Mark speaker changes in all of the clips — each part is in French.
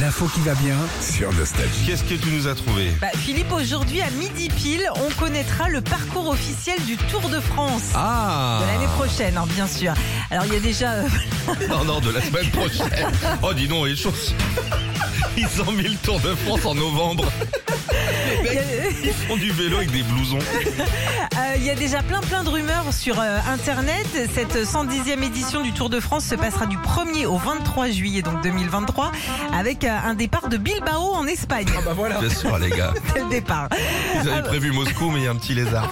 Speaker 1: L'info qui va bien sur Nostalgie.
Speaker 2: Qu'est-ce que tu nous as trouvé
Speaker 3: Bah, Philippe, aujourd'hui à midi pile, on connaîtra le parcours officiel du Tour de France.
Speaker 2: Ah
Speaker 3: De l'année prochaine, hein, bien sûr. Alors, il y a déjà. euh,
Speaker 2: Non, non, de la semaine prochaine. Oh, dis donc, les choses. Ils ont mis le Tour de France en novembre. Les
Speaker 3: il y
Speaker 2: mecs
Speaker 3: a-
Speaker 2: font du vélo avec des blousons.
Speaker 3: Euh, Il y a déjà plein plein de rumeurs sur euh, Internet. Cette 110e édition du Tour de France se passera du 1er au 23 juillet donc 2023 avec euh, un départ de Bilbao en Espagne.
Speaker 2: Ah
Speaker 1: Bah voilà.
Speaker 2: Bien sûr, les gars.
Speaker 3: Dès le départ.
Speaker 2: Ils avaient prévu Moscou, mais il y a un petit lézard.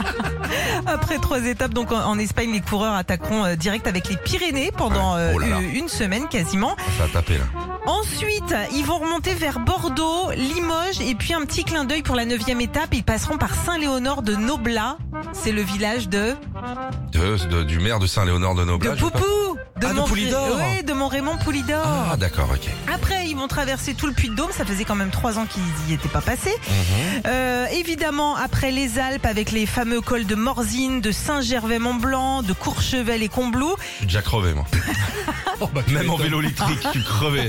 Speaker 3: Après trois étapes donc en, en Espagne, les coureurs attaqueront euh, direct avec les Pyrénées pendant
Speaker 2: Ouais. Oh là là.
Speaker 3: euh, une semaine quasiment.
Speaker 2: Ça a tapé, là.
Speaker 3: Ensuite, ils vont remonter vers Bordeaux, Limoges et puis un petit clin d'œil pour la 9e étape. Ils passeront par Saint-Léonore de Noblat. C'est le village de
Speaker 2: De- de- du maire de Saint-Léonard de
Speaker 3: De
Speaker 2: Noblat. je sais pas.
Speaker 3: Poupou de,
Speaker 2: Ah, de Poulidor.
Speaker 3: Ouais, de Mont-Raymond Poulidor.
Speaker 2: Ah, d'accord, ok.
Speaker 3: Après, ils vont traverser tout le Puy-de-Dôme. Ça faisait quand même trois ans qu'ils n'y étaient pas passés.
Speaker 2: Mhm.
Speaker 3: Euh, évidemment, après les Alpes, avec les fameux cols de Morzine, de Saint-Gervais-Mont-Blanc, de Courchevel et Combloux.
Speaker 2: Je suis déjà crevé, moi. Même en vélo électrique, je suis crevé.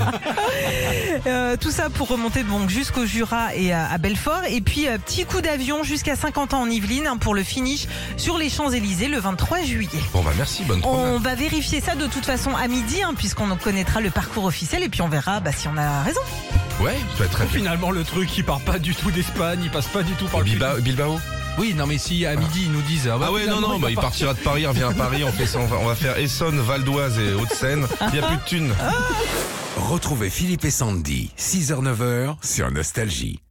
Speaker 3: Euh, tout ça pour remonter donc jusqu'au Jura et à, à Belfort. Et puis, euh, petit coup d'avion jusqu'à 50 ans en Yvelines hein, pour le finish sur les Champs-Élysées le 23 juillet.
Speaker 2: Bon, bah merci, bonne promenade.
Speaker 3: On va vérifier ça de toute façon à midi, hein, puisqu'on en connaîtra le parcours officiel et puis on verra bah, si on a raison.
Speaker 2: Ouais, tu vas très bien.
Speaker 1: Finalement, le truc, il part pas du tout d'Espagne, il passe pas du tout par
Speaker 2: Et
Speaker 1: le
Speaker 2: Bilba- Bilbao
Speaker 1: Eh bah, Oui, non, mais si à midi, ils nous disent.
Speaker 2: Ah ouais, non, non, bah, il partira de Paris, revient à Paris, on, fait ça, on, va, on va faire Essonne, Val d'Oise et Haute-Seine. Il n'y a plus de thunes.
Speaker 1: Retrouvez Philippe et Sandy, 6h-9h sur Nostalgie.